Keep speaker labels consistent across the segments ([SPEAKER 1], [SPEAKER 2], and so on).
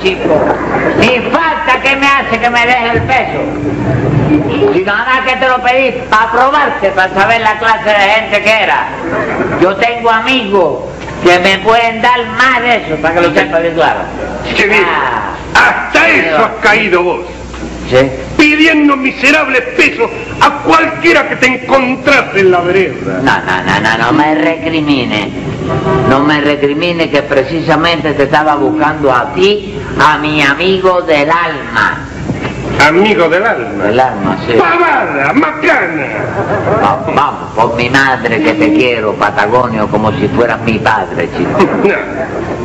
[SPEAKER 1] chico. Ni falta que me hace que me deje el peso. Si nada más que te lo pedí para probarte, para saber la clase de gente que era. Yo tengo amigos que me pueden dar más de eso, para que lo sepa bien claro.
[SPEAKER 2] Che viejo,
[SPEAKER 1] Ah,
[SPEAKER 2] hasta eso has caído vos.
[SPEAKER 1] sí.
[SPEAKER 2] Pidiendo miserables pesos a cualquiera que te encontrase en la vereda.
[SPEAKER 1] No, no, no, no, no me recrimine. No me recrimine que precisamente te estaba buscando a ti, a mi amigo del alma.
[SPEAKER 2] Amigo del alma.
[SPEAKER 1] Del alma, sí.
[SPEAKER 2] Pavada, macana.
[SPEAKER 1] Va- vamos, por mi madre que te quiero, Patagonio, como si fueras mi padre, chico.
[SPEAKER 2] No,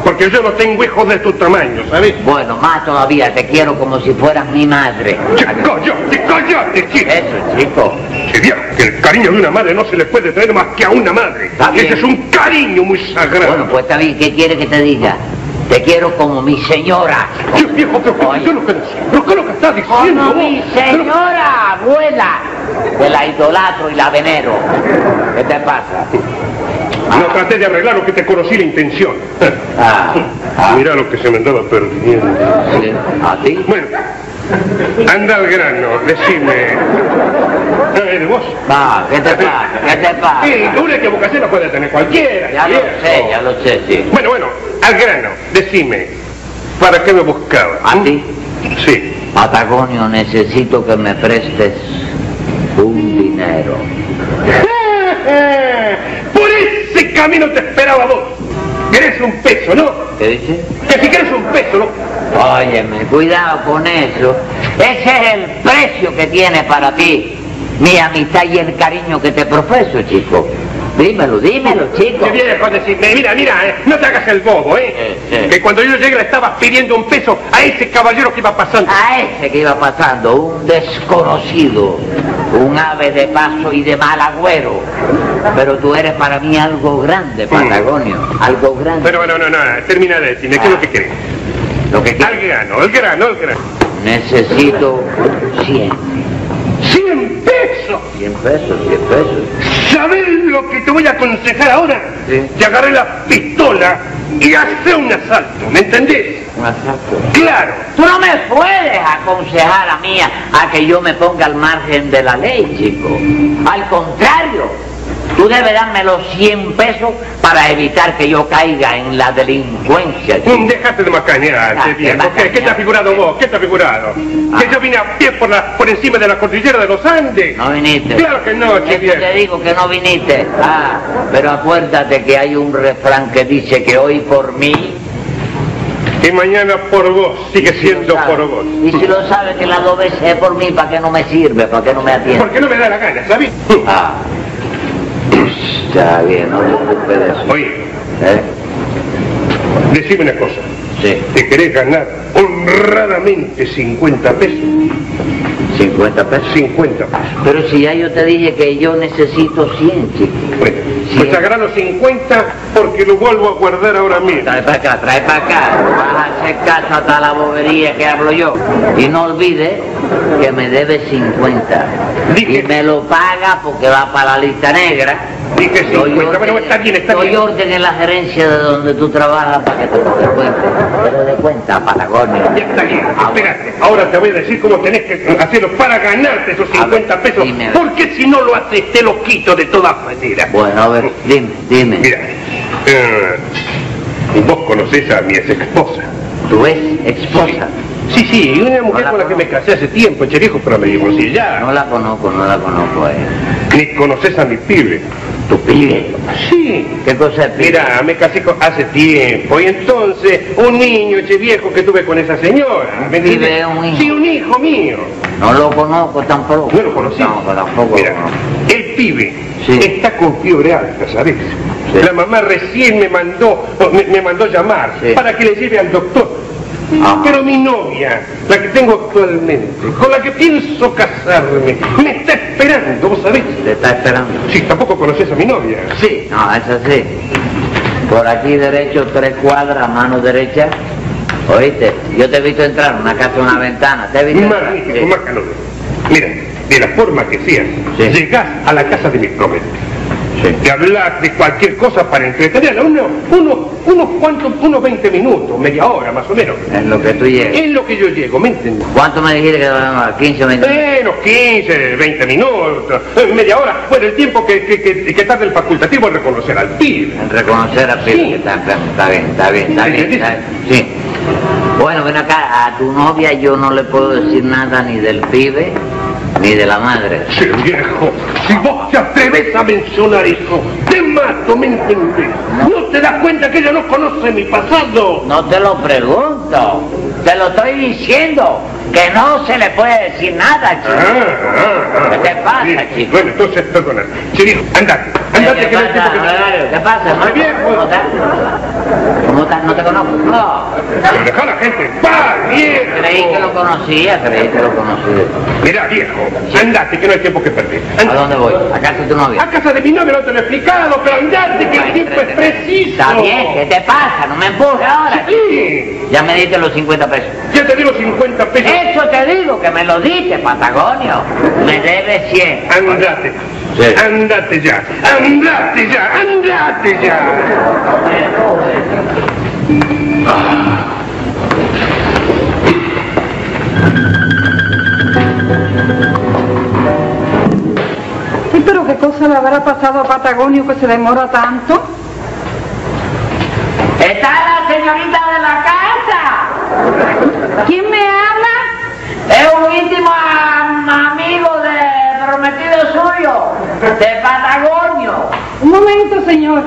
[SPEAKER 2] porque yo no tengo hijos de tu tamaño, ¿sabes?
[SPEAKER 1] Bueno, más todavía, te quiero como si fueras mi madre.
[SPEAKER 2] Che, coyote, coyote, chico.
[SPEAKER 1] Eso, chico.
[SPEAKER 2] Che viejo, que el cariño de una madre no se le puede tener más que a una madre.
[SPEAKER 1] Está bien.
[SPEAKER 2] Ese es un cariño muy
[SPEAKER 1] Bueno,
[SPEAKER 2] sagrado.
[SPEAKER 1] pues está bien, ¿qué quiere que te diga? Te quiero como mi señora.
[SPEAKER 2] Che viejo, pero ¿qué
[SPEAKER 1] Oye.
[SPEAKER 2] es lo que decís? ¿Pero qué es lo que estás diciendo
[SPEAKER 1] Como
[SPEAKER 2] vos?
[SPEAKER 1] mi
[SPEAKER 2] Pero-
[SPEAKER 1] señora abuela, que la idolatro y la venero. ¿Qué te pasa?
[SPEAKER 2] No traté de arreglar lo que te conocí la intención.
[SPEAKER 1] Ah, ah,
[SPEAKER 2] Mirá lo que se me andaba perdiendo.
[SPEAKER 1] sí. ¿A ti?
[SPEAKER 2] Bueno, anda al grano, decime. A ver, vos.
[SPEAKER 1] Va, Ah, ¿qué te pasa? ¿Qué te
[SPEAKER 2] Sí,
[SPEAKER 1] pasa?
[SPEAKER 2] una equivocación la puede tener cualquiera.
[SPEAKER 1] Ya lo
[SPEAKER 2] viejo.
[SPEAKER 1] sé, ya lo sé, sí.
[SPEAKER 2] Bueno, bueno, al grano, decime. ¿Para qué me buscabas?
[SPEAKER 1] ¿A ti?
[SPEAKER 2] Sí.
[SPEAKER 1] Patagonio, necesito que me prestes un dinero.
[SPEAKER 2] Por ese camino te esperaba vos. Querés un peso, ¿no?
[SPEAKER 1] ¿Qué dices?
[SPEAKER 2] Que si querés un peso, ¿no?
[SPEAKER 1] Óyeme, cuidado con eso. Ese es el precio que tiene para ti mi amistad y el cariño que te profeso, chico. Dímelo, dímelo, chico.
[SPEAKER 2] Qué viejo decirme, mira, mira, eh, no te hagas el bobo, ¿eh?
[SPEAKER 1] Sí, sí.
[SPEAKER 2] Que cuando yo llegué le estabas pidiendo un peso a ese caballero que iba pasando.
[SPEAKER 1] A ese que iba pasando, un desconocido, un ave de paso y de mal agüero. Pero tú eres para mí algo grande, Patagonio, algo grande.
[SPEAKER 2] Pero bueno, no, no, termina de decirme, ¿qué es lo que querés?
[SPEAKER 1] Ah. Lo que
[SPEAKER 2] Al
[SPEAKER 1] quiero-
[SPEAKER 2] grano, al grano, al grano.
[SPEAKER 1] necesito 100,
[SPEAKER 2] ¡Cien pesos!
[SPEAKER 1] 100 pesos, 100 pesos.
[SPEAKER 2] ¿Sabes lo que te voy a aconsejar ahora?
[SPEAKER 1] Sí.
[SPEAKER 2] Te agarré la pistola y hace un asalto, ¿me entendés?
[SPEAKER 1] Un asalto.
[SPEAKER 2] Claro.
[SPEAKER 1] Tú no me puedes aconsejar a mí a, a que yo me ponga al margen de la ley, chico. Al contrario, tú debes darme los 100 pesos para evitar que yo caiga en la delincuencia, chico.
[SPEAKER 2] Mm, Dejate de macanear,
[SPEAKER 1] Ah,
[SPEAKER 2] che
[SPEAKER 1] de
[SPEAKER 2] viejo. ¿Qué, ¿Qué te
[SPEAKER 1] macanear.
[SPEAKER 2] has figurado vos? ¿Qué te has figurado?
[SPEAKER 1] Ah.
[SPEAKER 2] ¿Que yo vine a pie por, la, por encima de la cordillera de los Andes?
[SPEAKER 1] No viniste.
[SPEAKER 2] Claro que no, che
[SPEAKER 1] Eso
[SPEAKER 2] viejo.
[SPEAKER 1] te digo que no viniste. Ah, pero acuérdate que hay un refrán que dice que hoy por mí.
[SPEAKER 2] Y mañana por vos, sigue
[SPEAKER 1] y si lo
[SPEAKER 2] siendo
[SPEAKER 1] sabe-
[SPEAKER 2] por vos.
[SPEAKER 1] Y si lo sabes que las dos veces es por mí, ¿para qué no me sirve? ¿Para qué no me atiende?
[SPEAKER 2] Porque no me da la gana, ¿sabes?
[SPEAKER 1] Ah. Está bien, no te ocupes de eso.
[SPEAKER 2] Oye,
[SPEAKER 1] ¿Eh?
[SPEAKER 2] decime una cosa.
[SPEAKER 1] Sí,
[SPEAKER 2] ¿Te querés ganar honradamente 50 pesos?
[SPEAKER 1] 50 pesos.
[SPEAKER 2] 50 pesos.
[SPEAKER 1] Pero si ya yo te dije que yo necesito 100, chico.
[SPEAKER 2] Bueno, pues agarrá los 50 porque lo vuelvo a guardar ahora mismo.
[SPEAKER 1] Trae para acá, trae para acá. Vas a hacer caso hasta la bobería que hablo yo. Y no olvides que me debes 50.
[SPEAKER 2] Dije-
[SPEAKER 1] Y me lo paga porque va para la lista negra.
[SPEAKER 2] Dije
[SPEAKER 1] Doy
[SPEAKER 2] 50,
[SPEAKER 1] orden-
[SPEAKER 2] pero está bien, está
[SPEAKER 1] doy
[SPEAKER 2] bien.
[SPEAKER 1] orden en la gerencia de donde tú trabajas para que te lo descuentes. Pero de cuenta, Patagonia.
[SPEAKER 2] Ya está bien,
[SPEAKER 1] Ah,
[SPEAKER 2] espérate. Ahora te voy a decir cómo tenés que hacerlo para ganarte esos
[SPEAKER 1] A ver,
[SPEAKER 2] 50 pesos.
[SPEAKER 1] dime, a ver.
[SPEAKER 2] Porque si no lo haces, te lo quito de todas maneras.
[SPEAKER 1] Bueno, a ver, dime, dime.
[SPEAKER 2] Mira, eh, vos conocés a mi ex esposa.
[SPEAKER 1] ¿Tú es esposa?
[SPEAKER 2] Sí, sí, una mujer
[SPEAKER 1] la
[SPEAKER 2] con la que me casé hace tiempo, che viejo, pero me divorcié ya.
[SPEAKER 1] No la conozco, no la conozco a ella.
[SPEAKER 2] Ni conoces a mi pibe.
[SPEAKER 1] ¿Tu pibe?
[SPEAKER 2] Sí.
[SPEAKER 1] ¿Qué cosa es pibe?
[SPEAKER 2] Mira, me casé con- hace tiempo y entonces un niño, che viejo, que tuve con esa señora. ¿me
[SPEAKER 1] Sí,
[SPEAKER 2] entendés?
[SPEAKER 1] veo un hijo.
[SPEAKER 2] Sí, un hijo mío.
[SPEAKER 1] No lo conozco tampoco.
[SPEAKER 2] No lo conocí.
[SPEAKER 1] No, tampoco
[SPEAKER 2] Mira,
[SPEAKER 1] lo conozco.
[SPEAKER 2] el pibe
[SPEAKER 1] Sí.
[SPEAKER 2] está con fiebre alta, ¿sabes?
[SPEAKER 1] Sí.
[SPEAKER 2] La mamá recién me mandó, o me, me mandó llamar
[SPEAKER 1] Sí. Ah.
[SPEAKER 2] para que le lleve al doctor.
[SPEAKER 1] Ajá.
[SPEAKER 2] Pero mi novia, la que tengo actualmente, con la que pienso casarme, me está esperando, ¿vos sabés?
[SPEAKER 1] ¿Te está esperando?
[SPEAKER 2] Sí, tampoco conoces a mi novia.
[SPEAKER 1] Sí. No, es así. Por aquí derecho, tres cuadras, mano derecha. ¿Oíste? Yo te he visto entrar, una casa, una ventana. ¿Te he visto entrar?
[SPEAKER 2] Magnífico,
[SPEAKER 1] Sí.
[SPEAKER 2] más calor. Mira, de la forma que sea,
[SPEAKER 1] Sí.
[SPEAKER 2] llegás a la casa de mis prometidos.
[SPEAKER 3] Sí.
[SPEAKER 2] de hablar de cualquier cosa para entretenerla, uno, uno- unos cuantos, unos 20 minutos, media hora más o menos.
[SPEAKER 1] En lo que tú llegues.
[SPEAKER 2] Es lo que yo llego, ¿me entiendes?
[SPEAKER 1] ¿Cuánto me dijiste que duraba? ¿15 o 20
[SPEAKER 2] Menos 15, 20 minutos, eh, media hora. Bueno, el tiempo que, que, que- que tarda el facultativo en reconocer al pibe.
[SPEAKER 1] En reconocer a Pedro
[SPEAKER 2] Sí.
[SPEAKER 1] que está enfermo. Está bien, está bien, está
[SPEAKER 2] Sí,
[SPEAKER 1] bien.
[SPEAKER 2] sí,
[SPEAKER 1] está bien. Sí. Bueno, ven acá, a tu novia yo no le puedo decir nada ni del pibe ni de la madre.
[SPEAKER 2] Sí, viejo, si vos te atreves a mencionar eso, te mato, ¿me entendés? ¿No te das cuenta que ella no conoce mi pasado?
[SPEAKER 1] No te lo pregunto, te lo estoy diciendo, que no se le puede decir nada, chico. ¿Qué te pasa,
[SPEAKER 2] Ah, bien.
[SPEAKER 1] chico?
[SPEAKER 2] Bueno, entonces, perdona. Chirino, andate, andate
[SPEAKER 1] ¿Qué
[SPEAKER 2] que no hay
[SPEAKER 1] pasa,
[SPEAKER 2] tiempo que...
[SPEAKER 1] Olegario? ¿Qué pasa, hermano?
[SPEAKER 2] Bien, pues.
[SPEAKER 1] ¿Cómo estás? ¿Cómo estás? No te conozco. No.
[SPEAKER 2] Pero deja a la gente en paz,
[SPEAKER 1] Creí que lo
[SPEAKER 2] viejo.
[SPEAKER 1] conocía, creí que lo conocía.
[SPEAKER 2] Mirá, viejo, andate, que no hay tiempo que perder.
[SPEAKER 1] ¿A
[SPEAKER 2] Andate.
[SPEAKER 1] dónde voy? ¿A casa de tu novia?
[SPEAKER 2] A casa de mi novia no te lo he explicado, pero andate, que el tiempo es preciso.
[SPEAKER 1] Está bien, ¿qué te pasa? No me empujes ahora.
[SPEAKER 2] Sí,
[SPEAKER 1] Ya me diste los 50 pesos.
[SPEAKER 2] ya te digo 50 pesos.
[SPEAKER 1] Eso te digo, que me lo diste, Patagonio. Me debes 100.
[SPEAKER 2] Andate.
[SPEAKER 1] Sí.
[SPEAKER 2] Andate ya. Andate ya. Andate ya.
[SPEAKER 4] Sí, pero qué cosa le habrá pasado a Patagonio que se demora tanto.
[SPEAKER 1] ¡Está la señorita de la casa!
[SPEAKER 4] ¿Quién me habla?
[SPEAKER 1] Es un íntimo am- amigo de prometido suyo, de Patagonio.
[SPEAKER 4] Un momento, señor.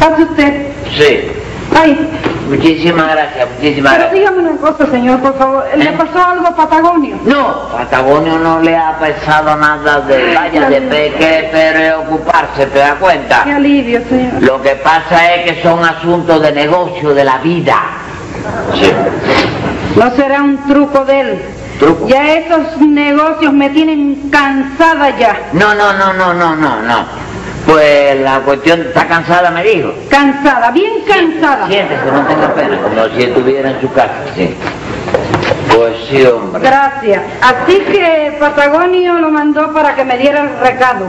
[SPEAKER 4] Pase usted.
[SPEAKER 1] Sí.
[SPEAKER 4] Ay,
[SPEAKER 1] Muchísimas gracias, muchísimas
[SPEAKER 4] pero
[SPEAKER 1] gracias.
[SPEAKER 4] dígame una cosa, señor, por favor. ¿Le pasó algo a Patagonio?
[SPEAKER 1] No, Patagonio no le ha pesado nada de vaya de pe- que preocuparse, ¿te das cuenta?
[SPEAKER 4] Qué alivio, señor.
[SPEAKER 1] Lo que pasa es que son asuntos de negocio de la vida. Sí.
[SPEAKER 4] No será un truco de él.
[SPEAKER 1] Truco.
[SPEAKER 4] Ya esos negocios me tienen cansada ya.
[SPEAKER 1] No, no, no, no, no, no, no. Pues la cuestión está cansada, me dijo.
[SPEAKER 4] Cansada, bien cansada.
[SPEAKER 1] Siéntese, no tenga pena. Como si estuviera en su casa, sí. Pues sí, hombre.
[SPEAKER 4] Gracias. Así que Patagonio lo mandó para que me diera el recado.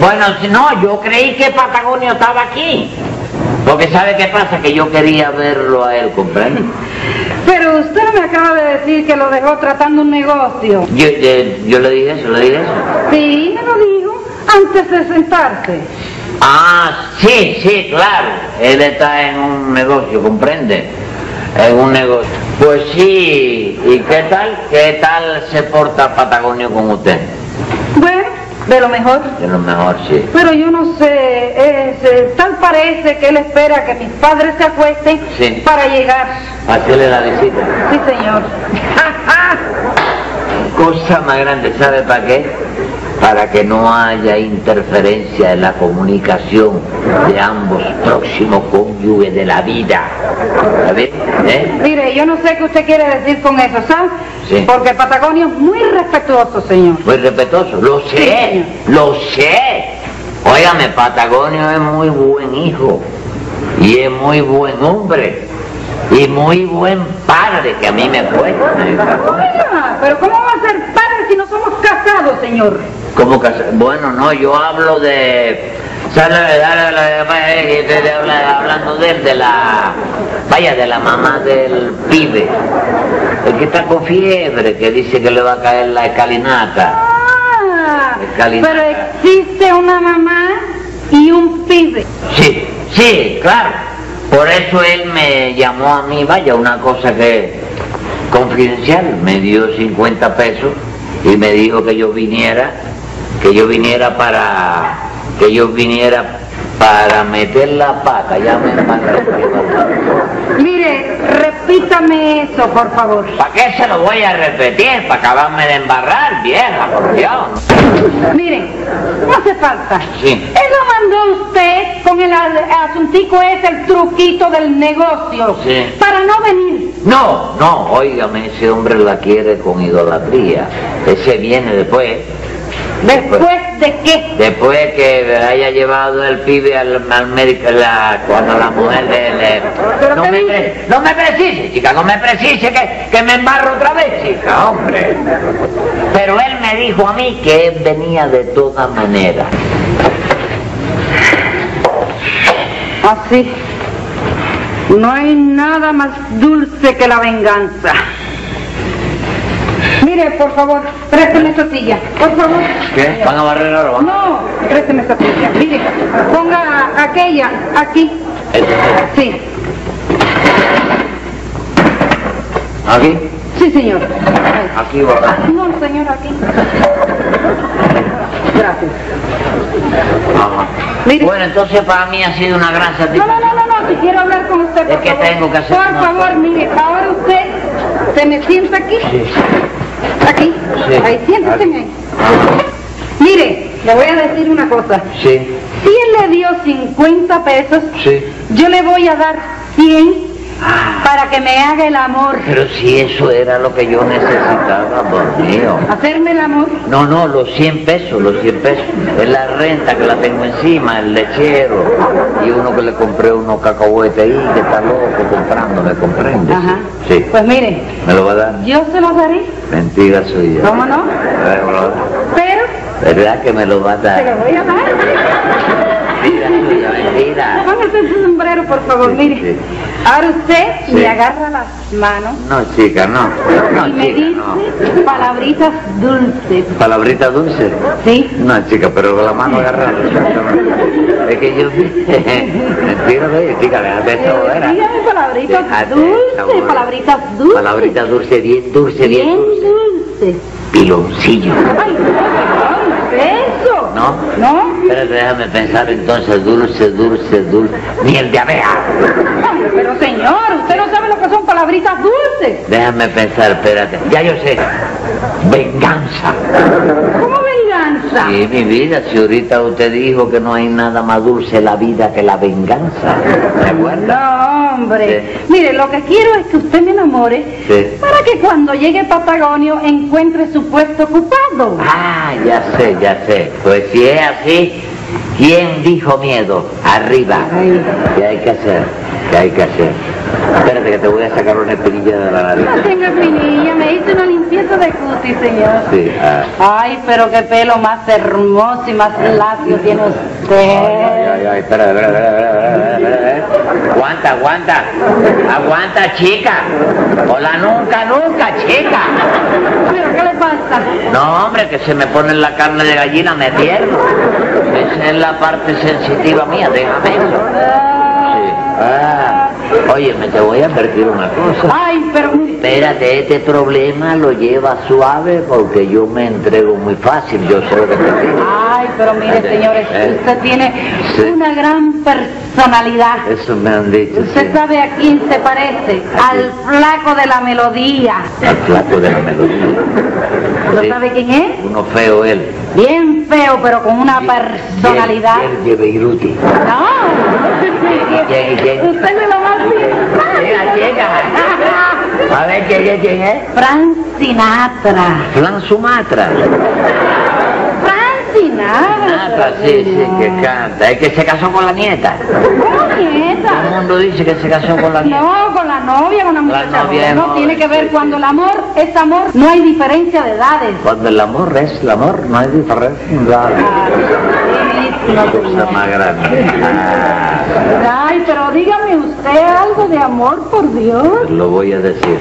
[SPEAKER 1] Bueno, si no, yo creí que Patagonio estaba aquí. Porque sabe qué pasa, que yo quería verlo a él, ¿comprende?
[SPEAKER 4] Pero usted no me acaba de decir que lo dejó tratando un negocio.
[SPEAKER 1] Yo, eh, yo le dije eso, le dije eso.
[SPEAKER 4] Sí, me lo dijo antes de sentarse.
[SPEAKER 1] Ah, sí, sí, claro. Él está en un negocio, ¿comprende? En un negocio. Pues sí, ¿y qué tal? ¿Qué tal se porta Patagonio con usted?
[SPEAKER 4] Bueno, de lo mejor.
[SPEAKER 1] De lo mejor, sí.
[SPEAKER 4] Pero yo no sé, es, eh, tal parece que él espera que mis padres se acuesten
[SPEAKER 1] Sí.
[SPEAKER 4] para llegar.
[SPEAKER 1] Hacerle la visita.
[SPEAKER 4] Sí, señor.
[SPEAKER 1] Cosa más grande, ¿sabe para qué? Para que no haya interferencia en la comunicación de ambos próximos cónyuges de la vida. ¿Sabe? ¿Eh?
[SPEAKER 4] Mire, yo no sé qué usted quiere decir con eso, ¿sabe?
[SPEAKER 1] Sí.
[SPEAKER 4] Porque Patagonio es muy respetuoso, señor.
[SPEAKER 1] Muy respetuoso, lo sé, lo sé. Óigame, Patagonio es muy buen hijo y es muy buen hombre y muy buen padre que a mí me fue.
[SPEAKER 4] Oiga, pero ¿cómo va a ser padre si no somos casados, señor?
[SPEAKER 1] ¿Cómo que? se- Bueno, no, yo hablo de... ¿Sabes? la- la- la- la- eh, de- de- habla- Hablando de él, de la... Vaya, de la mamá del pibe. El que está con fiebre, que dice que le va a caer la escalinata.
[SPEAKER 4] Ah,
[SPEAKER 1] Escalinata.
[SPEAKER 4] pero existe una mamá y un pibe.
[SPEAKER 1] Sí, sí, claro. Por eso él me llamó a mí, vaya, una cosa que confidencial, me dio 50 pesos y me dijo que yo viniera, que yo viniera para, que yo viniera para meter la pata, ya me
[SPEAKER 4] Mire, repítame eso, por favor.
[SPEAKER 1] ¿Para qué se lo voy a repetir? ¿Para acabarme de embarrar, vieja, por Dios?
[SPEAKER 4] Mire, no hace falta.
[SPEAKER 1] Sí.
[SPEAKER 4] Él lo mandó a usted con el a- asuntico ese, el truquito del negocio.
[SPEAKER 1] Sí.
[SPEAKER 4] Para no venir.
[SPEAKER 1] No, no, óigame, ese hombre la quiere con idolatría. Ese viene después.
[SPEAKER 4] ¿Después de qué?
[SPEAKER 1] Después que haya llevado el pibe al, al médico, la- cuando la mujer le... le-
[SPEAKER 4] ¿Pero
[SPEAKER 1] no,
[SPEAKER 4] qué
[SPEAKER 1] me
[SPEAKER 4] dice?
[SPEAKER 1] pre- no me precise, chica, no me precise que, que me embarro otra vez, chica, hombre. Pero él me dijo a mí que él venía de todas maneras.
[SPEAKER 4] Así. No hay nada más dulce que la venganza. Mire, por favor, présteme esa silla. Por favor. Oh,
[SPEAKER 1] ¿Qué? ¿Van a barrer ahora? van?
[SPEAKER 4] No, présteme esa silla. Mire, ponga aquella aquí. Sí,
[SPEAKER 1] ¿Aquí?
[SPEAKER 4] sí, señor. Ahí.
[SPEAKER 1] Aquí va.
[SPEAKER 4] No, señor, aquí. Gracias.
[SPEAKER 1] Ajá.
[SPEAKER 4] Mire.
[SPEAKER 1] Bueno, entonces para mí ha sido una gran
[SPEAKER 4] No, no,
[SPEAKER 1] satisfacción.
[SPEAKER 4] no, no, no, si quiero hablar con usted, por
[SPEAKER 1] Es que
[SPEAKER 4] favor.
[SPEAKER 1] tengo que hacer
[SPEAKER 4] Por
[SPEAKER 1] una
[SPEAKER 4] favor,
[SPEAKER 1] cosa.
[SPEAKER 4] mire, ahora usted se me sienta aquí.
[SPEAKER 1] Sí, sí.
[SPEAKER 4] Aquí.
[SPEAKER 1] Sí.
[SPEAKER 4] Ahí, siéntese ahí.
[SPEAKER 1] Ajá.
[SPEAKER 4] Mire, le voy a decir una cosa.
[SPEAKER 1] Sí,
[SPEAKER 4] Si él le dio 50 pesos,
[SPEAKER 1] sí.
[SPEAKER 4] yo le voy a dar 100
[SPEAKER 1] Ah,
[SPEAKER 4] para que me haga el amor.
[SPEAKER 1] pero si eso era lo que yo necesitaba, por mío.
[SPEAKER 4] Hacerme el amor.
[SPEAKER 1] No, no, los 100 pesos, los 100 pesos. Es la renta que la tengo encima, el lechero. Y uno que le compré unos cacahuetes ahí, que está loco comprando, ¿me comprende?
[SPEAKER 4] Ajá.
[SPEAKER 1] Sí.
[SPEAKER 4] Pues mire,
[SPEAKER 1] ¿Me lo va a dar?
[SPEAKER 4] yo se los daré,
[SPEAKER 1] Mentira soy yo.
[SPEAKER 4] ¿Cómo no?
[SPEAKER 1] Eh, bro,
[SPEAKER 4] pero
[SPEAKER 1] ¿Verdad que me lo va a
[SPEAKER 4] se los
[SPEAKER 1] dar?
[SPEAKER 4] voy a dar.
[SPEAKER 1] Mentira suya, mentira.
[SPEAKER 4] Póngase su sombrero, por favor,
[SPEAKER 1] Sí,
[SPEAKER 4] mire.
[SPEAKER 1] sí.
[SPEAKER 4] Ahora usted
[SPEAKER 1] Sí.
[SPEAKER 4] me agarra las manos
[SPEAKER 1] No, chica, no. No,
[SPEAKER 4] y me
[SPEAKER 1] chica, no.
[SPEAKER 4] dice palabritas dulces.
[SPEAKER 1] Palabrita dulce.
[SPEAKER 4] ¿Sí?
[SPEAKER 1] No, chica, pero con la mano agarrada. exactamente. Es que yo... Mentira, ve, chica, déjate esa bodera.
[SPEAKER 4] Dígame palabritas
[SPEAKER 1] Déjate esa
[SPEAKER 4] dulces,
[SPEAKER 1] bodera.
[SPEAKER 4] palabritas dulces.
[SPEAKER 1] Palabrita dulce, bien dulce, bien
[SPEAKER 4] Bien
[SPEAKER 1] dulce.
[SPEAKER 4] dulces.
[SPEAKER 1] Piloncillo.
[SPEAKER 4] Ay, no, no, eso.
[SPEAKER 1] No.
[SPEAKER 4] No.
[SPEAKER 1] Pero déjame pensar entonces, dulce, dulce, dulce. Miel de abeja.
[SPEAKER 4] Ay, Pero señor, usted no sabe lo que son palabritas dulces.
[SPEAKER 1] Déjame pensar, espérate. Ya yo sé. Venganza.
[SPEAKER 4] ¿Cómo venganza?
[SPEAKER 1] Sí, mi vida, si ahorita usted dijo que no hay nada más dulce en la vida que la venganza. ¿Me acuerdas?
[SPEAKER 4] No, hombre. Mire, lo que quiero es que usted me enamore
[SPEAKER 1] Sí.
[SPEAKER 4] para que cuando llegue Patagonio encuentre su puesto ocupado.
[SPEAKER 1] Ah, ya sé, ya sé. Pues si es así, ¿quién dijo miedo? Arriba.
[SPEAKER 4] Ay.
[SPEAKER 1] ¿Qué hay que hacer? ¿Qué hay que hacer? Espérate que te voy a sacar una espinilla de la nariz.
[SPEAKER 4] No tengo espinilla, me hice una limpieza de cutis, señor.
[SPEAKER 1] Sí, ah.
[SPEAKER 4] Ay, pero qué pelo más hermoso y más lacio tiene
[SPEAKER 1] Ay,
[SPEAKER 4] usted.
[SPEAKER 1] ay, ay, espera, espera, espera, espera, espera, espera, espera. Aguanta, aguanta. Aguanta, chica. Hola, nunca, nunca, chica.
[SPEAKER 4] Pero, ¿qué le pasa?
[SPEAKER 1] No, hombre, que se me pone la carne de gallina, me pierdo. Esa es la parte sensitiva mía, déjame eso. Sí. Ah, oye, me te voy a advertir una cosa.
[SPEAKER 4] Ay, pero...
[SPEAKER 1] Espérate, este problema lo lleva suave porque yo me entrego muy fácil, yo sé lo que te digo.
[SPEAKER 4] Ay, pero mire, señores,
[SPEAKER 1] Eh.
[SPEAKER 4] usted tiene
[SPEAKER 1] Sí.
[SPEAKER 4] una gran personalidad.
[SPEAKER 1] Eso me han dicho.
[SPEAKER 4] Usted
[SPEAKER 1] sí.
[SPEAKER 4] sabe a quién se parece, al flaco de la melodía.
[SPEAKER 1] Al plato de la melodía.
[SPEAKER 4] ¿No
[SPEAKER 1] Sí.
[SPEAKER 4] sabe quién es?
[SPEAKER 1] Uno feo él.
[SPEAKER 4] Bien feo, pero con una personalidad.
[SPEAKER 1] Él de Beiruti.
[SPEAKER 4] No.
[SPEAKER 1] ¿Quién, quién?
[SPEAKER 4] Usted me lo más
[SPEAKER 1] Llega,
[SPEAKER 4] simpático.
[SPEAKER 1] llega. A ver quién es, quién es.
[SPEAKER 4] Frank Sinatra.
[SPEAKER 1] Flan Sumatra.
[SPEAKER 4] Frank Sinatra.
[SPEAKER 1] Sumatra, sí, sí,
[SPEAKER 4] señor.
[SPEAKER 1] que canta. Es que se casó con la nieta.
[SPEAKER 4] ¿Cómo
[SPEAKER 1] Todo
[SPEAKER 4] que
[SPEAKER 1] el
[SPEAKER 4] esa?
[SPEAKER 1] mundo dice que se casó con la nieta.
[SPEAKER 4] No, con la novia, con la muchacha.
[SPEAKER 1] novia,
[SPEAKER 4] no,
[SPEAKER 1] no,
[SPEAKER 4] tiene que
[SPEAKER 1] sí,
[SPEAKER 4] ver
[SPEAKER 1] sí.
[SPEAKER 4] cuando el amor es amor, no hay diferencia de edades.
[SPEAKER 1] Cuando el amor es el amor, no hay diferencia.
[SPEAKER 4] Ay, sí,
[SPEAKER 1] Cosa
[SPEAKER 4] no,
[SPEAKER 1] más
[SPEAKER 4] señor.
[SPEAKER 1] grande. Ah,
[SPEAKER 4] Ay, pero dígame usted algo de amor, por Dios.
[SPEAKER 1] lo voy a decir.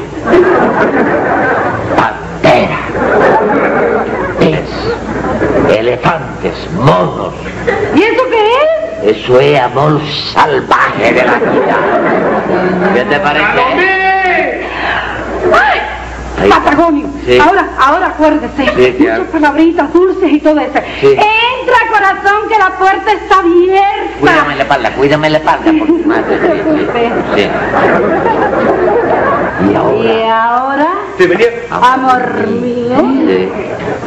[SPEAKER 1] Pantera. Pez. Elefantes. Monos.
[SPEAKER 4] ¿Y eso qué es?
[SPEAKER 1] Eso es amor salvaje de la vida. ¿Qué te parece?
[SPEAKER 2] ¡Palomé!
[SPEAKER 1] Ahí.
[SPEAKER 4] Patagonio.
[SPEAKER 1] Sí.
[SPEAKER 4] Ahora, ahora acuérdese.
[SPEAKER 1] Sí, que-
[SPEAKER 4] Muchas palabritas dulces y todo eso.
[SPEAKER 1] Sí.
[SPEAKER 4] Entra, corazón, que la puerta está abierta.
[SPEAKER 1] Cuídame la espalda, cuídame la espalda, por tu madre. Sí, sí, sí. Y
[SPEAKER 4] Y
[SPEAKER 1] ahora.
[SPEAKER 4] ahora,
[SPEAKER 2] Debería...
[SPEAKER 4] amor mío,
[SPEAKER 1] Sí,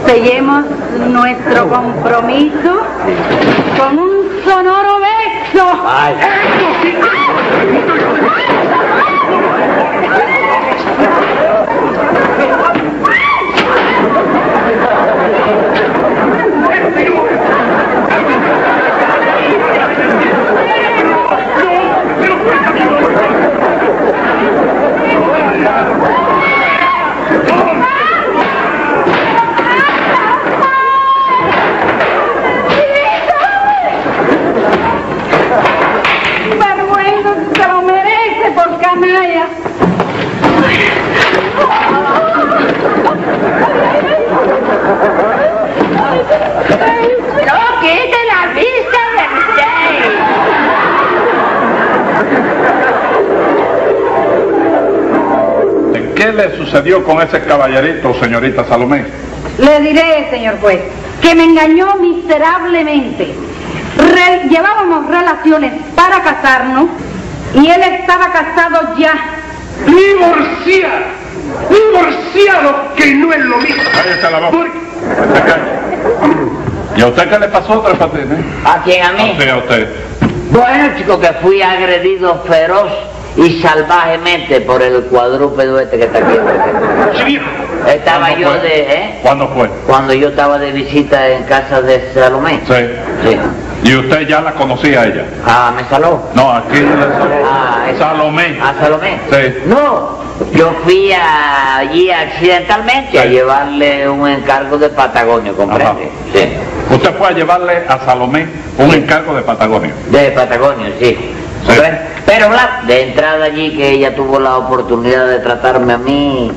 [SPEAKER 4] sellemos nuestro compromiso
[SPEAKER 1] sí.
[SPEAKER 4] con un sonoro beso.
[SPEAKER 1] Ay.
[SPEAKER 4] Pero
[SPEAKER 2] ¿Qué le sucedió con ese caballerito, señorita Salomé?
[SPEAKER 4] Le diré, señor juez, que me engañó miserablemente. Re- llevábamos relaciones para casarnos y él estaba casado ya.
[SPEAKER 3] ¡Divorciar! ¡Divorciado! Que no es lo mismo.
[SPEAKER 2] Cállese la boca.
[SPEAKER 3] Porque-
[SPEAKER 2] Se calla. ¿Y a usted qué le pasó, Tres Patines?
[SPEAKER 1] ¿A quién? ¿A mí?
[SPEAKER 2] Sí, a usted.
[SPEAKER 1] Bueno, chico, que fui agredido feroz y salvajemente por el cuadrúpedo este que está aquí.
[SPEAKER 3] Sí, viejo.
[SPEAKER 1] Estaba
[SPEAKER 2] ¿Cuándo
[SPEAKER 1] yo
[SPEAKER 2] fue?
[SPEAKER 1] de... ¿eh?
[SPEAKER 2] ¿Cuándo fue?
[SPEAKER 1] Cuando yo estaba de visita en casa de Salomé.
[SPEAKER 2] Sí.
[SPEAKER 1] Sí.
[SPEAKER 2] ¿Y usted ya la conocía a ella?
[SPEAKER 1] Ah, me saló.
[SPEAKER 2] No, aquí en
[SPEAKER 1] Ah,
[SPEAKER 2] la
[SPEAKER 1] esa-
[SPEAKER 2] Salomé.
[SPEAKER 1] ¿A Salomé?
[SPEAKER 2] Sí.
[SPEAKER 1] No, yo fui a- allí accidentalmente a
[SPEAKER 2] Sí.
[SPEAKER 1] llevarle un encargo de Patagonio, ¿comprende?
[SPEAKER 2] Ajá.
[SPEAKER 1] Sí.
[SPEAKER 2] Usted fue a llevarle a Salomé un encargo de Patagonia.
[SPEAKER 1] De Patagonio, sí.
[SPEAKER 2] Sí.
[SPEAKER 1] ¿Ves? Pero la, de entrada allí que ella tuvo la oportunidad de tratarme a mí,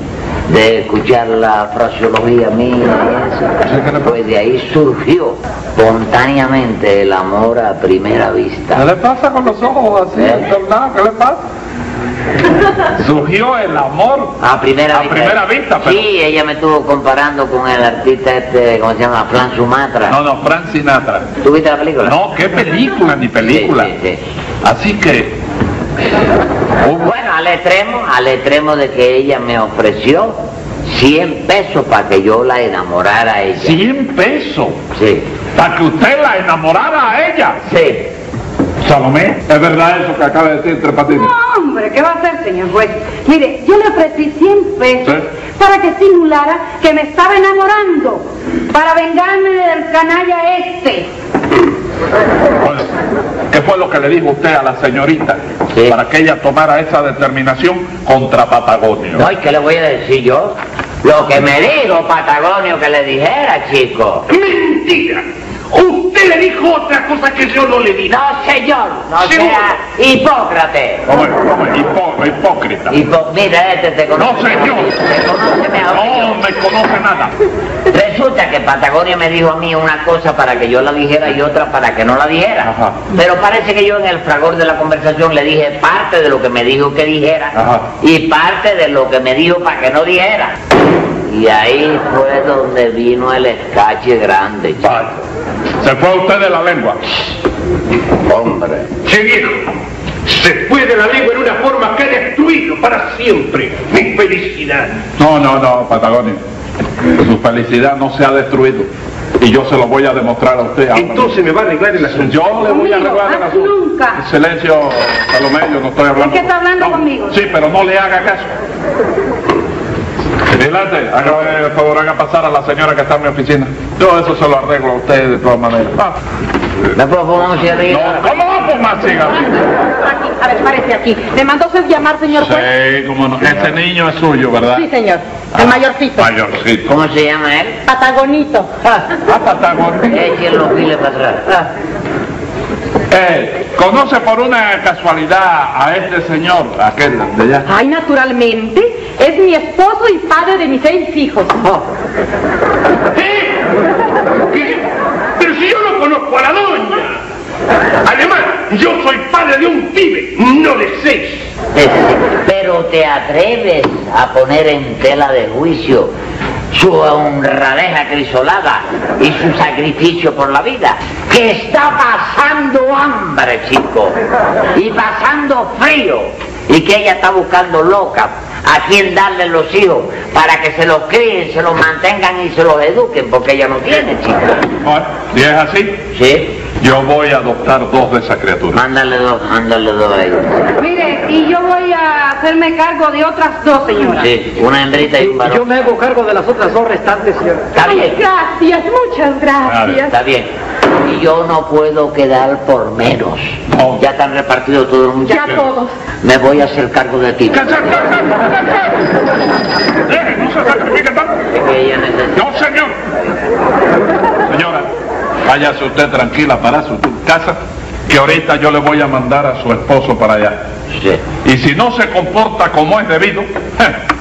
[SPEAKER 1] de escuchar la fraseología mía, y
[SPEAKER 2] Sí, ¿qué le
[SPEAKER 1] eso,
[SPEAKER 2] pa-
[SPEAKER 1] pues de ahí surgió espontáneamente el amor a primera vista.
[SPEAKER 2] le pasa con los ojos
[SPEAKER 1] así,
[SPEAKER 2] entornados? ¿Qué le pasa? Surgió el amor.
[SPEAKER 1] A primera
[SPEAKER 2] A
[SPEAKER 1] vista.
[SPEAKER 2] primera vista, pero-
[SPEAKER 1] Sí, ella me estuvo comparando con el artista este, ¿cómo se llama? Fran Sumatra.
[SPEAKER 2] No, no, Frank Sinatra.
[SPEAKER 1] ¿Tú viste la película?
[SPEAKER 2] No, qué película, ni película.
[SPEAKER 1] Sí, sí, sí.
[SPEAKER 2] Así que. hubo-
[SPEAKER 1] Bueno, al extremo, al extremo de que ella me ofreció 100 pesos para que yo la enamorara a ella.
[SPEAKER 2] 100 pesos
[SPEAKER 1] Sí.
[SPEAKER 2] para que usted la enamorara a ella.
[SPEAKER 1] Sí.
[SPEAKER 2] Salomé, es verdad eso que acaba de decir Tres Patines.
[SPEAKER 4] No, hombre, ¿qué va a hacer, señor juez? Mire, yo le ofrecí 100 pesos
[SPEAKER 2] Sí.
[SPEAKER 4] para que simulara que me estaba enamorando, para vengarme del canalla este.
[SPEAKER 2] Bueno, Pues, ¿Qué fue lo que le dijo usted a la señorita
[SPEAKER 1] Sí.
[SPEAKER 2] para que ella tomara esa determinación contra Patagonio?
[SPEAKER 1] No, ¿y qué le voy a decir yo? Lo que me dijo Patagonio que le dijera, chico.
[SPEAKER 3] ¡Mentira! Usted le dijo otra cosa que yo no le dije.
[SPEAKER 1] No, señor, no
[SPEAKER 3] Seguro.
[SPEAKER 1] sea hipócrate.
[SPEAKER 2] ¿Cómo es? ¿Cómo es? Hipó- hipócrita.
[SPEAKER 1] Hipo- mira, este te conoce.
[SPEAKER 2] No, señor.
[SPEAKER 1] Te conoce mejor que yo.
[SPEAKER 2] No me conoce nada.
[SPEAKER 1] Resulta que Patagonia me dijo a mí una cosa para que yo la dijera y otra para que no la dijera.
[SPEAKER 2] Ajá.
[SPEAKER 1] Pero parece que yo en el fragor de la conversación le dije parte de lo que me dijo que dijera
[SPEAKER 2] Ajá.
[SPEAKER 1] y parte de lo que me dijo para que no dijera. Y ahí fue donde vino el escache grande, chico.
[SPEAKER 2] Vaya. Se fue usted de la lengua.
[SPEAKER 1] hombre.
[SPEAKER 3] Che viejo, se fue de la lengua en una forma que ha destruido para siempre mi felicidad.
[SPEAKER 2] No, no, no, Patagonio. Su felicidad no se ha destruido. Y yo se lo voy a demostrar a usted. ahora mismo.
[SPEAKER 3] Entonces me va a arreglar el asunto.
[SPEAKER 2] Yo le voy a arreglar el
[SPEAKER 4] Conmigo, haz
[SPEAKER 2] asunto.
[SPEAKER 4] nunca.
[SPEAKER 2] Silencio, Salomé, yo no estoy hablando.
[SPEAKER 4] Es que está
[SPEAKER 2] con-
[SPEAKER 4] hablando
[SPEAKER 2] No,
[SPEAKER 4] conmigo.
[SPEAKER 2] Sí, pero no le haga caso. Adelante, hágame el favor, haga pasar a la señora que está en mi oficina. Yo eso se lo arreglo a usted de todas maneras. Ah,
[SPEAKER 1] ¿Me puedo fumar un cigarrillo?
[SPEAKER 2] no, ¿cómo va pues, a fumar cigarrillo?
[SPEAKER 4] Aquí, a ver, parece aquí. ¿Le mandó usted llamar, señor juez?
[SPEAKER 2] Sí, cómo no. Ese niño es suyo, ¿verdad?
[SPEAKER 4] Sí, señor.
[SPEAKER 1] Ah,
[SPEAKER 4] El mayorcito.
[SPEAKER 2] Mayorcito.
[SPEAKER 1] ¿Cómo se llama él?
[SPEAKER 4] Patagonito.
[SPEAKER 1] Ah,
[SPEAKER 2] Ah, Patagonio.
[SPEAKER 1] Echen los piles para atrás. Ah,
[SPEAKER 2] Eh, ¿Conoce por una casualidad a este señor, aquel de allá?
[SPEAKER 4] Ay, naturalmente. Es mi esposo y padre de mis seis hijos.
[SPEAKER 1] oh,
[SPEAKER 3] ¿Eh? ¿Qué? Pero si yo no conozco a la doña. Además, yo soy padre de un pibe, no de seis.
[SPEAKER 1] sí, sí, sí. Pues, Pero te atreves a poner en tela de juicio su honradez acrisolada y su sacrificio por la vida, que está pasando hambre, chico, y pasando frío, y que ella está buscando loca a quien darle los hijos para que se los críen, se los mantengan y se los eduquen, porque ella no tiene, chico.
[SPEAKER 2] Bueno, si es así,
[SPEAKER 1] ¿Sí?
[SPEAKER 2] yo voy a adoptar dos de esas criaturas.
[SPEAKER 1] Mándale dos, mándale dos a ella.
[SPEAKER 4] Mire, y yo voy a hacerme cargo de otras dos, señora.
[SPEAKER 1] Sí, una hembrita y un varón.
[SPEAKER 5] Yo me hago cargo de las otras dos restantes, señor.
[SPEAKER 1] Está
[SPEAKER 4] Ay,
[SPEAKER 1] bien,
[SPEAKER 4] gracias, muchas gracias.
[SPEAKER 1] está bien. Y yo no puedo quedar por menos.
[SPEAKER 2] No.
[SPEAKER 1] Ya están repartidos todos los
[SPEAKER 4] Ya
[SPEAKER 1] muchachos.
[SPEAKER 4] todos.
[SPEAKER 1] Me voy a hacer cargo de ti.
[SPEAKER 2] ¡Cállate, cállate, cállate! ¡Eh, no se sacrifique tanto!
[SPEAKER 1] Que ella necesita-
[SPEAKER 2] ¡No, señor! Señora, váyase usted tranquila para su casa, que ahorita yo le voy a mandar a su esposo para allá.
[SPEAKER 1] Sí.
[SPEAKER 2] Y si no se comporta como es debido,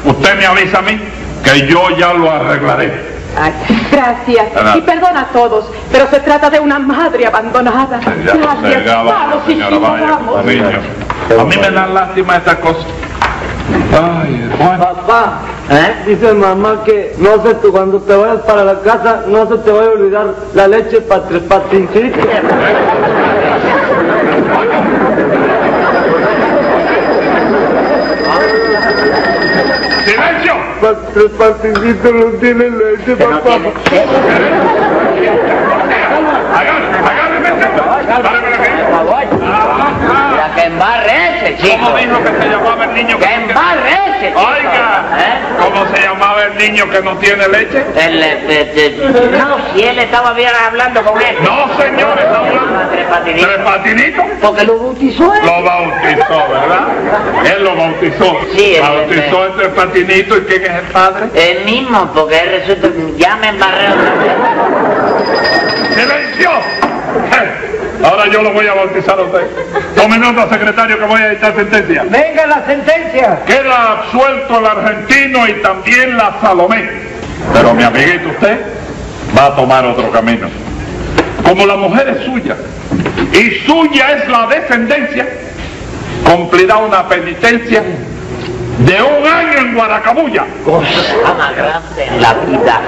[SPEAKER 2] usted me avisa a mí que yo ya lo arreglaré.
[SPEAKER 4] Ay, gracias.
[SPEAKER 2] Nada.
[SPEAKER 4] Y perdona a todos, pero se trata de una madre abandonada.
[SPEAKER 2] Ya,
[SPEAKER 4] gracias.
[SPEAKER 2] ya, vamos,
[SPEAKER 4] vamos,
[SPEAKER 2] señora,
[SPEAKER 4] hijito,
[SPEAKER 2] vaya,
[SPEAKER 4] vamos.
[SPEAKER 2] niños. A mí me dan lástima estas cosas.
[SPEAKER 3] Ay, bueno.
[SPEAKER 6] Papá,
[SPEAKER 1] ¿Eh?
[SPEAKER 6] dice mamá que no se te- cuando te vayas para la casa no se te va a olvidar la leche patripatinchita.
[SPEAKER 2] ¡Silencio!
[SPEAKER 6] Patripatinchita no tiene leche,
[SPEAKER 1] Que no
[SPEAKER 6] papá.
[SPEAKER 1] tiene... Eh,
[SPEAKER 2] Agárreme, agárreme el tema. Agárreme la gente.
[SPEAKER 5] Ah,
[SPEAKER 2] Ajá.
[SPEAKER 1] La que embarre ese, chico.
[SPEAKER 2] ¿Cómo dijo que se llamaba el niño
[SPEAKER 1] Que embarre ese, chico.
[SPEAKER 2] Oiga,
[SPEAKER 1] ¿Eh?
[SPEAKER 2] ¿cómo se llamaba el niño que no tiene leche?
[SPEAKER 1] El, eh, eh, no, si él estaba bien hablando con él.
[SPEAKER 2] No, señor, está hablando.
[SPEAKER 1] Tres Patinitos.
[SPEAKER 2] Tres patinitos.
[SPEAKER 1] Porque lo bautizó él.
[SPEAKER 2] Lo bautizó, ¿verdad? Él lo bautizó.
[SPEAKER 1] Sí, el-
[SPEAKER 2] bautizó entre patinito y quién es el padre.
[SPEAKER 1] El mismo, porque él resulta ya me embarré otra vez.
[SPEAKER 2] ¡Silencio! Ahora yo lo voy a bautizar a usted. Tome nota, secretario, que voy a dictar sentencia.
[SPEAKER 6] Venga la sentencia.
[SPEAKER 2] Queda absuelto el argentino y también la Salomé. Pero mi amiguito usted va a tomar otro camino. Como la mujer es suya y suya es la descendencia, cumplirá una penitencia de un año en Guaracabulla.
[SPEAKER 1] Cosa más grande en la vida.